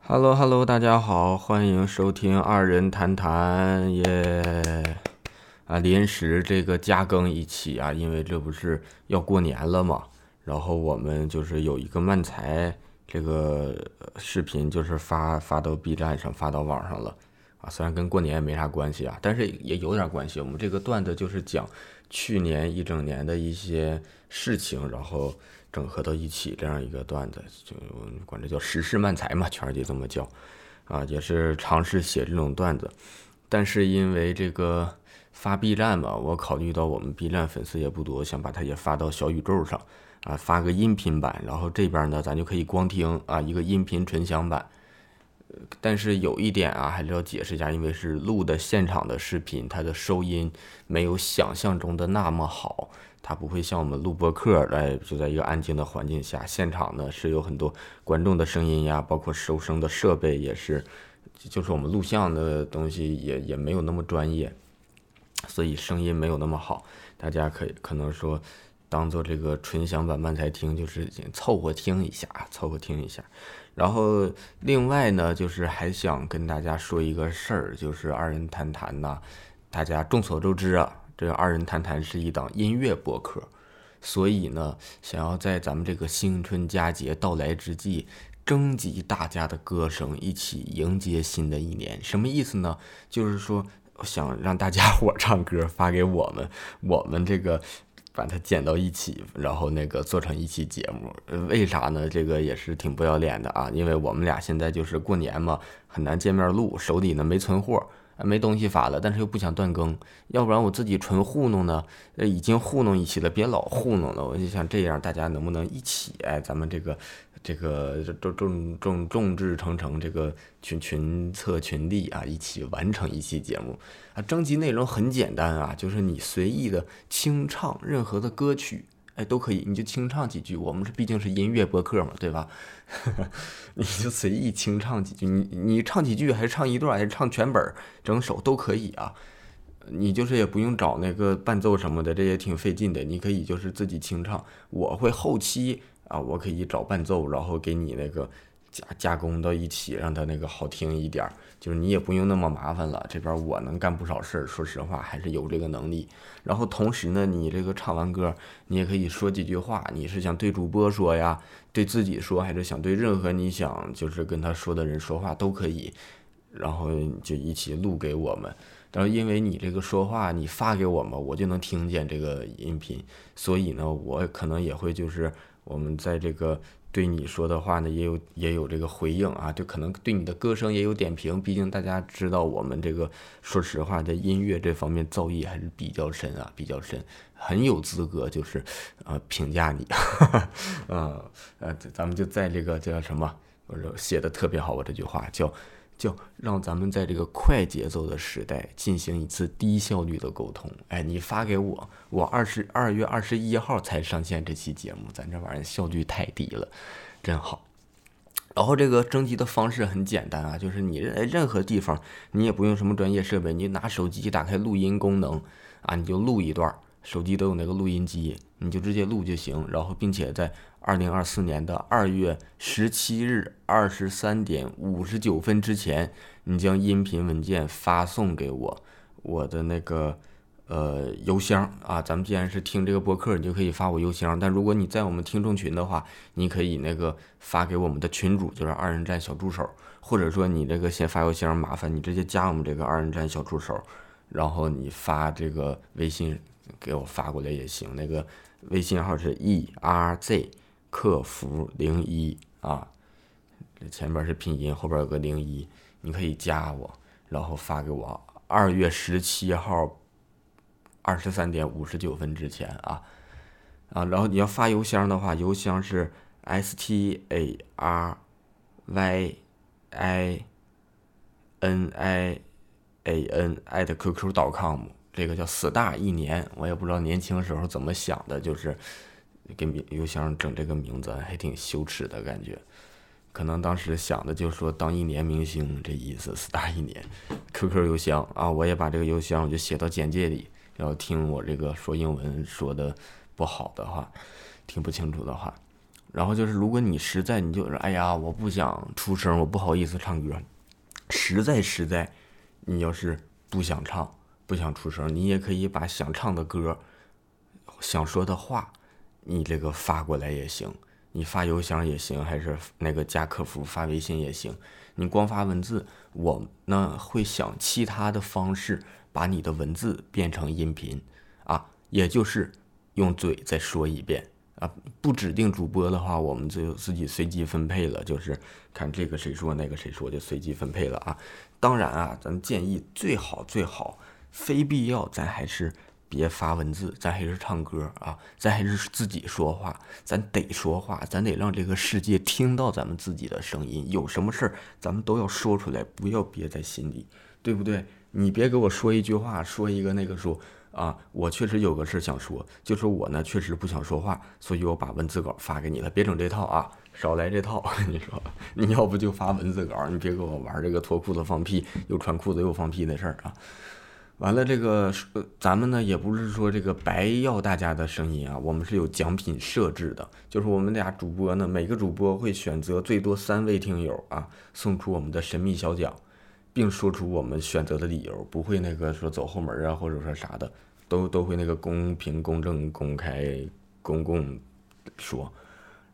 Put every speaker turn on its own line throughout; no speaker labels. Hello Hello，大家好，欢迎收听二人谈谈耶啊！临时这个加更一期啊，因为这不是要过年了嘛，然后我们就是有一个漫才这个呃视频，就是发发到 B 站上，发到网上了啊。虽然跟过年也没啥关系啊，但是也有点关系。我们这个段子就是讲去年一整年的一些事情，然后整合到一起这样一个段子，就管这叫时事漫才嘛，圈儿里这么叫，啊，也是尝试写这种段子，但是因为这个发 B 站吧，我考虑到我们 B 站粉丝也不多，想把它也发到小宇宙上，啊，发个音频版，然后这边呢咱就可以光听啊，一个音频纯享版。呃但是有一点啊，还是要解释一下，因为是录的现场的视频，它的收音没有想象中的那么好，它不会像我们录播客来就在一个安静的环境下，现场呢是有很多观众的声音呀，包括收声的设备也是，就就是我们录像的东西也也没有那么专业，所以声音没有那么好，大家可以可能说当做这个纯享版慢才听，就是凑合听一下，凑合听一下。然后另外呢，就是还想跟大家说一个事儿，就是二人谈谈呐、大家众所周知啊，这个二人谈谈是一档音乐博客，所以呢，想要在咱们这个新春佳节到来之际，征集大家的歌声，一起迎接新的一年。什么意思呢？就是说想让大家 伙儿唱歌发给我们，我们这个。把它剪到一起，然后那个做成一期节目，呃为啥呢？这个也是挺不要脸的啊，因为我们俩现在就是过年嘛，很难见面录，手里呢没存货，呃没东西发了，但是又不想断更，要不然我自己纯糊弄呢，呃，已经糊弄一起了，别老糊弄了。我就想这样，大家能不能一起？哎，咱们这个这个众众众众志成城，这个群群策群力啊，一起完成一期节目啊。征集内容很简单啊，就是你随意的清唱任何的歌曲。哎，都可以，你就清唱几句。我们是毕竟是音乐播客嘛，对吧？ 你就随意清唱几句，你你唱几句，还是唱一段，还是唱全本儿、整首都可以啊。你就是也不用找那个伴奏什么的，这也挺费劲的。你可以就是自己清唱，我会后期啊，我可以找伴奏，然后给你那个加加工到一起，让它那个好听一点儿。就是你也不用那么麻烦了，这边我能干不少事儿，说实话还是有这个能力。然后同时呢，你这个唱完歌，你也可以说几句话，你是想对主播说呀，对自己说，还是想对任何你想就是跟他说的人说话都可以。然后就一起录给我们。然后因为你这个说话，你发给我们，我就能听见这个音频，所以呢，我可能也会就是我们在这个对你说的话呢，也有也有这个回应啊，就可能对你的歌声也有点评。毕竟大家知道我们这个，说实话，在音乐这方面造诣还是比较深啊，比较深，很有资格就是呃评价你， 呃呃，咱们就在这个叫什么，我说写的特别好，我这句话叫。叫让咱们在这个快节奏的时代进行一次低效率的沟通。哎，你发给我，我二十二月二十一号才上线这期节目，咱这玩意儿效率太低了，真好。然后这个征集的方式很简单啊，就是你任任何地方，你也不用什么专业设备，你就拿手机打开录音功能啊，你就录一段儿，手机都有那个录音机，你就直接录就行。然后，并且在二零二四年的二月十七日二十三点五十九分之前，你将音频文件发送给我，我的那个呃邮箱啊，咱们既然是听这个播客，你就可以发我邮箱。但如果你在我们听众群的话，你可以那个发给我们的群主，就是二人站小助手，或者说你这个先发邮箱，麻烦你直接加我们这个二人站小助手，然后你发这个微信给我发过来也行。那个微信号是 e r z 客服零一啊，这前面是拼音，后边有个零一，你可以加我，然后发给我。二月十七号二十三点五十九分之前啊啊，然后你要发邮箱的话，邮箱是 s t a r y i n i a n at qq dot com，这个叫死大一年，我也不知道年轻时候怎么想的，就是给名邮箱整这个名字还挺羞耻的感觉。可能当时想的就是说当一年明星这意思，死大一年。QQ 邮箱啊，我也把这个邮箱我就写到简介里，然后听我这个说英文说的不好的话，听不清楚的话，然后就是，如果你实在你就是，哎呀，我不想出声，我不好意思唱歌，实在实在，你要是不想唱，不想出声，你也可以把想唱的歌、想说的话，你这个发过来也行，你发邮箱也行，还是那个加客服发微信也行。你光发文字，我呢会想其他的方式把你的文字变成音频啊，也就是用嘴再说一遍。啊，不指定主播的话，我们就自己随机分配了，就是看这个谁说那个谁说，就随机分配了啊。当然啊，咱建议最好最好，非必要咱还是别发文字，咱还是唱歌啊，咱还是自己说话，咱得说话，咱得让这个世界听到咱们自己的声音。有什么事儿咱们都要说出来，不要憋在心里，对不对？你别给我说一句话，说一个那个说。啊，我确实有个事想说，就是我呢确实不想说话，所以我把文字稿发给你了，别整这套啊，少来这套。 你说，你要不就发文字稿，你别给我玩这个脱裤子放屁，又穿裤子又放屁的事儿啊。完了，这个呃咱们呢也不是说这个白要大家的声音啊，我们是有奖品设置的，就是我们俩主播呢，每个主播会选择最多三位听友啊，送出我们的神秘小奖。并说出我们选择的理由，不会那个说走后门啊，或者说啥的，都都会那个公平、公正、公开、公共说。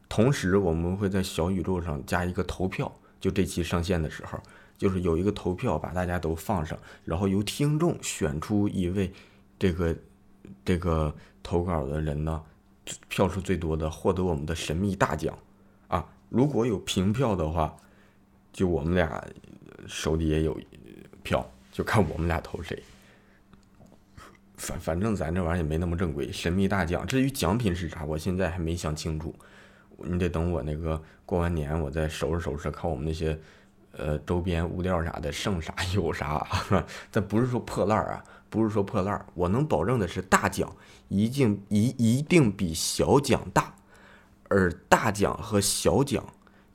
同时，我们会在小宇宙上加一个投票，就这期上线的时候，就是有一个投票把大家都放上，然后由听众选出一位这个这个投稿的人呢，票数最多的获得我们的神秘大奖啊！如果有平票的话，就我们俩手里也有票，就看我们俩投谁。反反正咱这玩意儿也没那么正规，神秘大奖。至于奖品是啥，我现在还没想清楚，你得等我那个过完年，我再收拾收拾，看我们那些呃周边物料啥的剩啥有啥。 但不是说破烂儿啊，不是说破烂儿，我能保证的是大奖一定一一定比小奖大，而大奖和小奖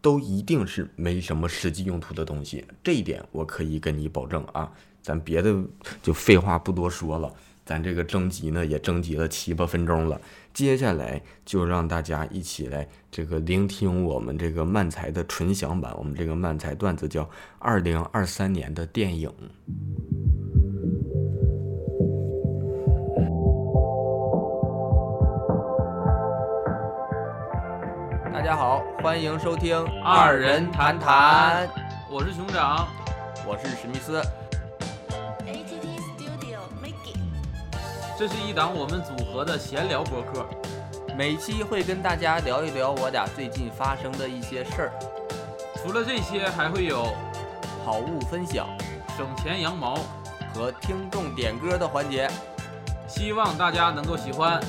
都一定是没什么实际用途的东西，这一点我可以跟你保证啊。咱别的就废话不多说了，咱这个征集呢也征集了七八分钟了，接下来就让大家一起来这个聆听我们这个漫才的纯享版，我们这个漫才段子叫《二零二三年的电影》。大家好，欢迎收听《
二人谈谈》，我是熊掌，
我是史密斯。
ATT Studio Mickey。
这是一档我们组合的闲聊博客，
每期会跟大家聊一聊我俩最近发生的一些事儿，
除了这些，还会有
好物分享
省钱羊毛，
和听众点歌的环节。
希望大家能够喜欢。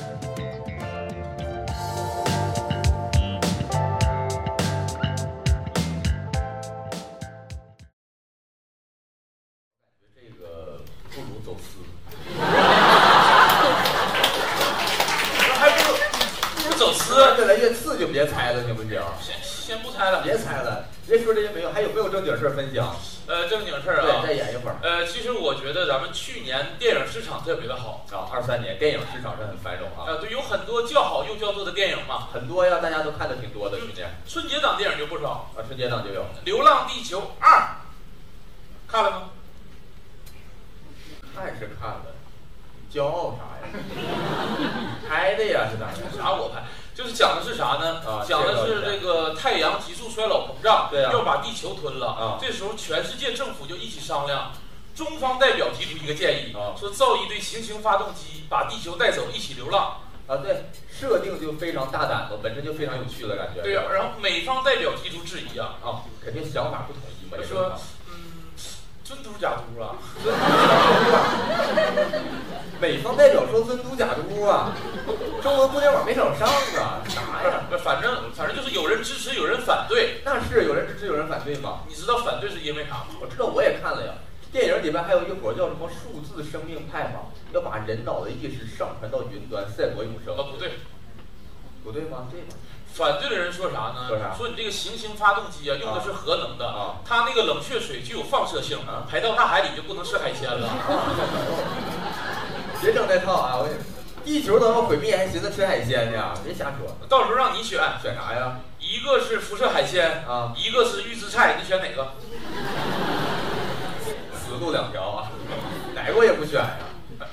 不如走私，
还不如
不走私，
越来越次就别猜了，行不行？
先先不猜了，
别猜了，别说这些没有，还有没有正经事儿分享？
呃，正经事儿
对，
啊
再，演一会儿。
呃，其实我觉得咱们去年电影市场特别的好，
啊，二三年电影市场是很繁荣啊，
呃，对，有很多叫好又叫座的电影嘛，
很多呀，大家都看的挺多的。去年
春节档电影就不少，
啊，春节档就 有。
《流浪地球二》看了吗？
看是看了，骄傲啥呀？拍的呀，是咋的？
啥我拍？就是讲的是啥呢？
啊
讲的是
介绍一下
这个太阳急速衰老膨胀，
对啊
要把地球吞了。
啊
这时候全世界政府就一起商量，中方代表提出一个建议，
啊
说造一对行星发动机，把地球带走，一起流浪。
啊，对，设定就非常大胆了，本身就非常有趣的感觉。
对呀、然后美方代表提出质疑啊，
啊，肯定想法不统一嘛。也
说
正常
嗯，真嘟假嘟啊，
美方代表说尊嘟假嘟啊， 中文互联网没少上啊，啥 呀？
不是呃反正反正就是有人支持，有人反对。
那是有人支持，有人反对吗？
你知道反对是因为啥吗？
我知道，我也看了呀。电影里面还有一伙叫什么数字生命派嘛，要把人脑的意识上传到云端，赛博永生
啊，，不对，
不对吗？对吗？
反对的人说啥呢？
说啥
你这个行星发动机啊，用的是核能的
啊，
它那个冷却水具有放射性
啊，
排到大海里就不能吃海鲜了。
别整这套啊！我跟你说，地球都要毁灭，还寻思吃海鲜呢？别瞎说，
到时候让你选，
选啥呀？
一个是辐射海鲜，
啊，
一个是预制菜，你选哪个？
死路两条啊， 哪个我也不选呀、
那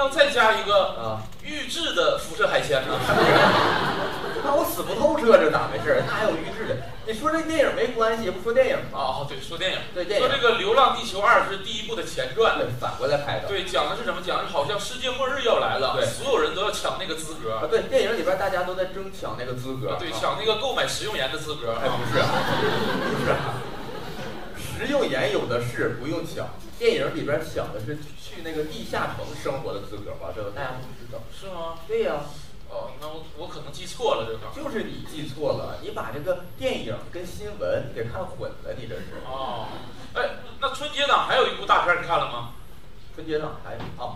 要再加一
啊。
个预制的辐射海鲜呢？
那我死不透彻，这咋回事？那还有预制的？你说这电影没关系，也不说电影啊？
啊，对，说电影，
对电影
说这个《流浪地球二》是第一部的前传。
对，反过来拍的。
对，讲的是什么？讲的是好像世界末日要来了，
对
所有人都要抢那个资
啊，
格，
对，电影里边大家都在争抢那个资格。
对，
啊
抢那个购买食用盐的资格。
哎，不是啊，不是啊，食用盐有的是，不用抢。电影里边抢的是去那个地下城生活的资格吧？这个大家都知道。
是吗？
对呀、
哦，那我我可能记错了这个。
就是你记错了，你把这个电影跟新闻给看混了，你这是。
哦，哎，那春节档还有一部大片儿，你看了吗？
春节档还啊，《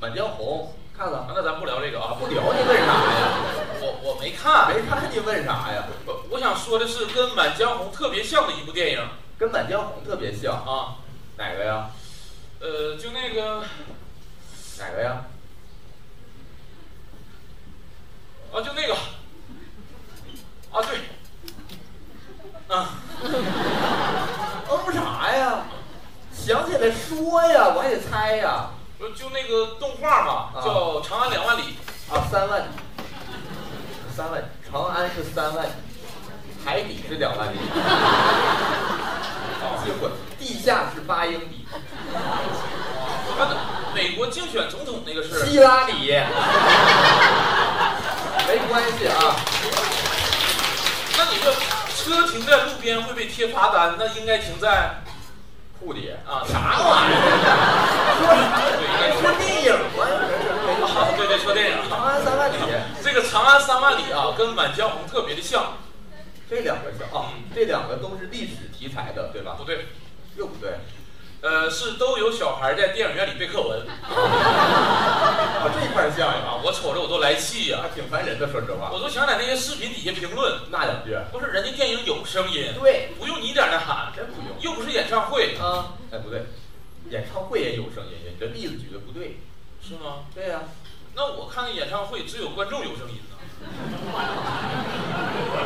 满江红》看
啊
了，
那咱不聊这个啊，
不聊你问啥呀？
我我没看。呃
没看你问啥呀？
我我想说的是，跟《满江红》特别像的一部电影
跟《满江红》特别像，
啊，
哪个呀？
呃，就那个
哪个呀？
啊，就那个啊，对，啊，
嗯啥呀？想起来说呀，我还得猜呀。
不就那个动画嘛，
啊
叫《长安两万里》。
啊，三万里，三万里，长安是三万里，海底是两万里，记混，地下是八英里，
他的美国竞选总统那个是
希拉里，没关系啊。
那你说车停在路边会被贴罚单，那应该停在
库里，
啊
啥
啥？
玩意
对
儿？
应
说电影吗？没
该啊对对，说电影啊。
长安三万里，
这个《长安三万里》啊，跟《满江红》特别的像，
这两个是啊，这两个都是历史题材的，对吧
啊不？对，
又不对，
呃，是都有小孩在电影院里背课文
啊，这一块儿像
啊
呀，，
我瞅着我都来气呀、
还挺烦人的，说实话。
我都想在那些视频底下评论，
那两句，
不是人家电影有声音，
对，
不用你在那喊，
真不用。
又不是演唱会，
啊，哎，不对，演唱会也有声音，你这例子举的不对。
是吗？
对啊呀、
那我看那演唱会只有观众有声音呢。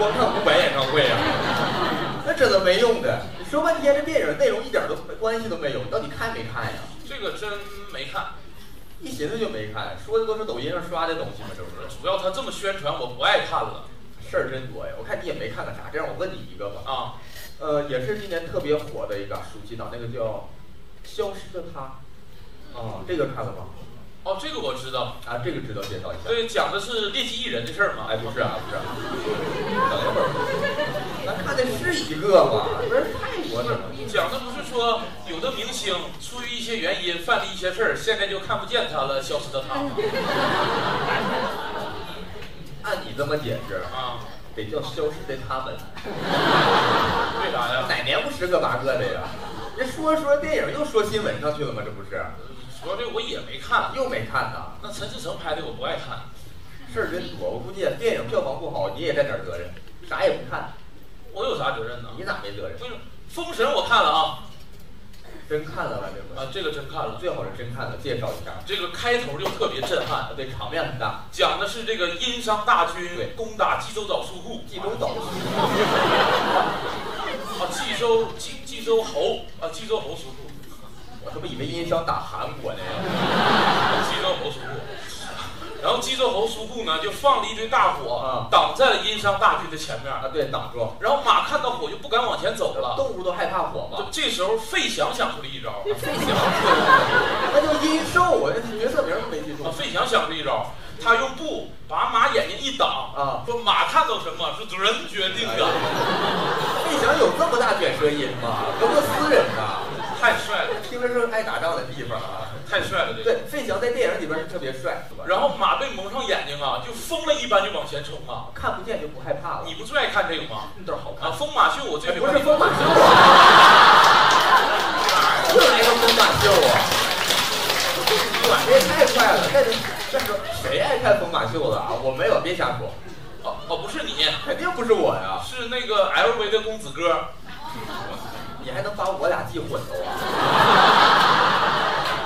我看伍佰演唱会呀、 那真的没用的。你说半天这电影内容一点都没关系都没有，你到底看没看呀？
这个真没看，
一寻思就没看，说的都是抖音上刷的东西嘛，这不是？
主要他这么宣传，我不爱看了
事儿真多呀！我看你也没看看啥，这样我问你一个吧。
啊。
呃，也是今年特别火的一个暑期档，那个叫《消失的她》。啊，这个看了吗？
哦，这个我知道，
啊，这个值得介绍一下。
对，讲的是劣迹艺人的事儿嘛。
哎，不是啊，不是啊，等一会儿， 咱看的是一个吗？不是泰国的吗？
讲的不是说有的明星出于一些原因犯了一些事儿，现在就看不见他了，消失的他吗
按你这么解释，
啊？
得叫消失的他们，
为啥呀？
哪年不十个八个的呀？人说说电影又说新闻上去了吗？这不是，
主要这我也没看，
又没看呐？
那陈思诚拍的我不爱看。
事儿真多，我估计电影票房不好，你也占点责任，啥也不看，
我有啥责任呢？
你咋没责任？
为什么？封神我看了啊，
真看了吧，这不
啊，这个真看了，
最好是真看了，介绍一下。
这个开头就特别震撼，
啊，对，场面很大，
讲的是这个殷商大军
对
攻打冀州早苏户，
冀州岛，
啊，冀州冀冀州侯啊，冀州侯苏户，
我他妈以为殷商打韩国呢。
冀州侯苏户。然后冀州侯苏户呢，就放了一堆大火
啊，
挡在了殷商大军的前面。
啊，对，挡住，
然后马看到火就不敢往前走了。
动物都害怕火嘛。
这时候费翔想出了一招，
那叫阴兽，我这角色名儿都没记住
啊，费翔想出一招，他用布把马眼睛一挡，
啊。哎
说马看到什么是人决定的，
费翔有这么大卷舌音吗？都是私人的，
太帅了，
听着是爱打仗的地方啊。
太帅了这个。
对，费翔在电影里边是特别帅，是吧？
然后马被蒙上眼睛啊，就疯了一般就往前冲啊！
看不见就不害怕了。
你不最爱看这个吗？
那倒是好
啊，
看，
疯马秀我最
哎
喜
不
欢
是
这个
风马秀啊，又来个风马秀啊！哇，这也太快了！这这说谁爱看风马秀了啊？我没有，别瞎说，
哦哦，不是你，
肯定不是我呀！
是那个 LV 的公子哥，
你还能把我俩记混了啊？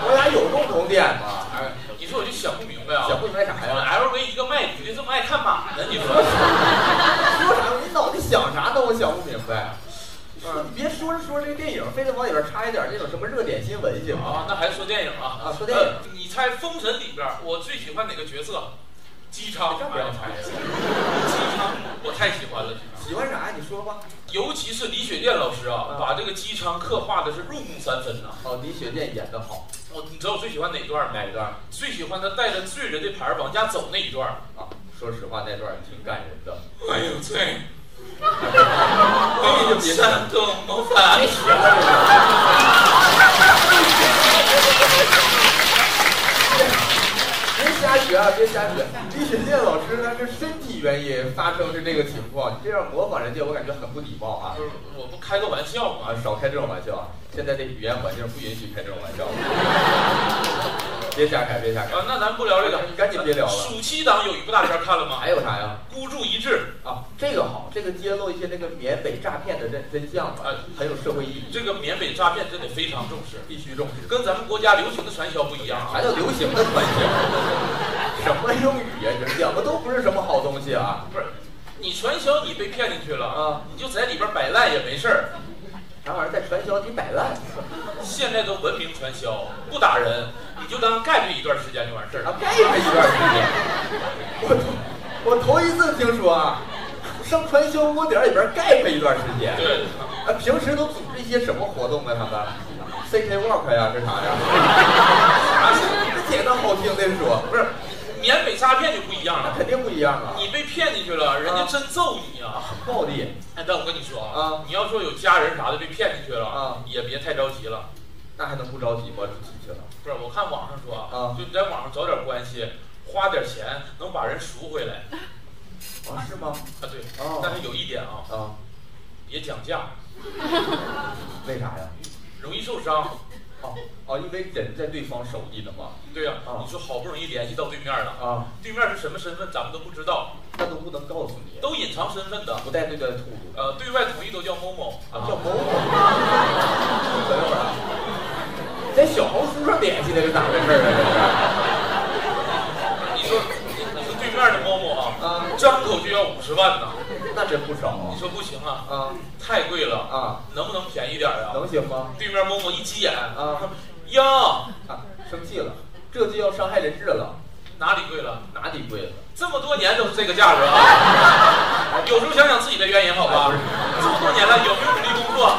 我俩有共同点吗？
哎，你说我就想不明白啊，
小慧你卖啥
我们
呀？
LV 一个卖驴的这么爱看马呢，你 说？
说啥？你脑子想啥都我想不明白。说你别说着说着这个电影，非得往里边插一点那种什么热点新闻行吗？
啊，那还说电影啊？
啊说电影
呃你猜《封神》里边我最喜欢哪个角色？姬昌。哎
这不要猜 呀
姬昌，我太喜欢了姬昌。
喜欢啥呀？你说吧。
尤其是李雪健老师啊，把这个姬昌刻画的是入木三分呐、
哦，李雪健演的好，
我你知道我最喜欢哪段吗？
哪一段？
最喜欢他带着罪人的牌儿往家走那一段儿。
啊，说实话那段挺感人的。
哎呦，罪，
哎
往
你就别
山东谋反。
别瞎学啊，别瞎学！李雪健老师他是身体原因发生是这个情况，你这样模仿人家，我感觉很不礼貌啊
不！是，我不开个玩笑吗？
啊，少开这种玩笑啊！现在这语言环境不允许开这种玩笑，别瞎开，别瞎开！
啊，那咱不聊这个，
你赶紧别聊了
暑期档有一部大片看了吗？
还有啥呀？
孤注一掷，
啊，这个好，这个揭露一些那个缅北诈骗的真真相吧
哎，
很有社会意义，
这个缅北诈骗真的非常重视，
必须重视。
跟咱们国家流行的传销不一样啊
啥。叫流行的传销？什么用语呀、这两个都不是什么好东西啊！
不是，你传销你被骗进去了
啊，
你就在里边摆烂也没事儿。
啥玩意儿在传销你摆烂？
现在都文明传销，不打人，你就当 gap 一段时间就完事儿
啊
了。，
盖着一段时间。我头我头一次听说啊，上传销窝点里边盖着一段时间。
对，
啊，平时都组织一些什么活动啊？他们 CK Walk 呀、是啥呀？啥这简单好听的说，不是，
缅北诈骗就不一样
那
了，
肯定不一样啊。
你被骗进去了，人家真揍你啊！
暴力，
哎，但我跟你说
啊
啊，你要说有家人啥的被骗进去了
啊
也别太着急了。
那还能不着急吗？进去了。
不是，我看网上说
啊
就你在网上找点关系，花点钱能把人赎回来啊。
啊，是吗？
对，
哦
但是有一点啊，
啊，
别讲价，
为啥呀？
容易受伤。
哦哦，因为人在对方手里呢嘛。
对呀、
啊
你说好不容易联系到对面了，
啊，
对面是什么身份咱们都不知道，
那都不能告诉你，
都隐藏身份的。
不带对待吐露。
呃，对外统一都叫某某
啊
啊，，
叫某某。等一会儿啊，啊在小红书上联系的是咋回事啊？
你说你说对面的某某啊，
啊
张口就要五十万呢，
这是那真不少
你说不行啊，
啊
太贵了
啊，啊，
能不能便宜点儿啊？
能行吗？
对面某某一急眼
啊，
呀，
啊，生气了，这就要伤害人质了，
哪里贵了？
哪里贵了？
这么多年都是这个价格啊， 有时候想想自己的原因好吧
哎不是？
这么多年了，有没有努力工作？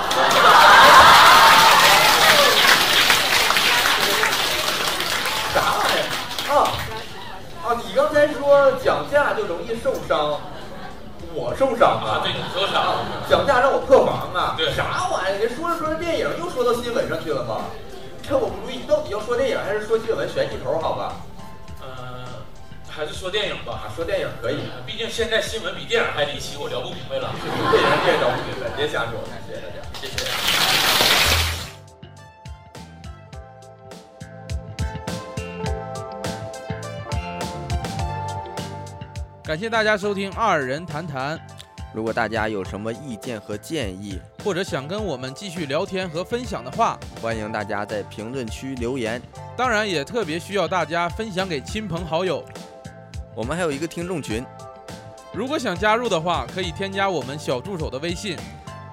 啥玩意儿？啊啊！你刚才说讲价就容易受伤，我受伤
啊，
啊
对，？你说啥？
啊，讲价让我破防啊！
对
啥玩意儿？你说着说着电影又说到新闻上去了吗？趁我不注意，到底要说电影还是说新闻？选一头好吧？
呃，还是说电影吧
啊。，说电影可以，
毕竟现在新闻比电影还离奇，我聊不明白了。
电影别着急了，别瞎说，谢谢大家。
谢谢。
感谢大家收听《二人谈谈》，
如果大家有什么意见和建议，
或者想跟我们继续聊天和分享的话，
欢迎大家在评论区留言。
当然也特别需要大家分享给亲朋好友。
我们还有一个听众群，
如果想加入的话，可以添加我们小助手的微信，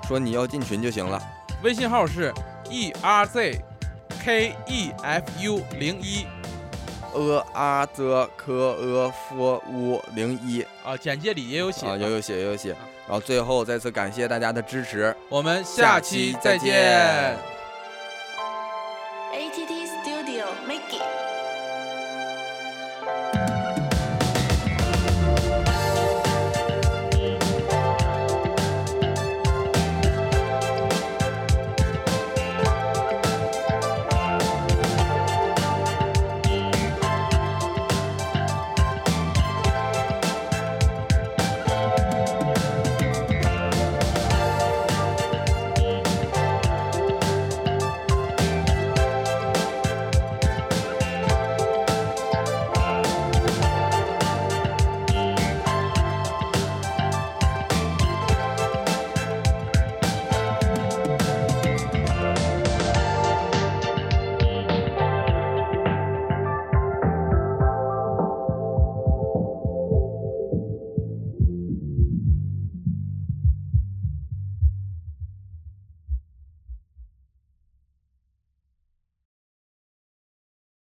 说你要进群就行了。
微信号是 e r z k e f u 零一
呃啊则科呃 f 乌零一
啊，简介里也有写。
啊，有有写有有写。然后最后再次感谢大家的支持，
我们下期再见。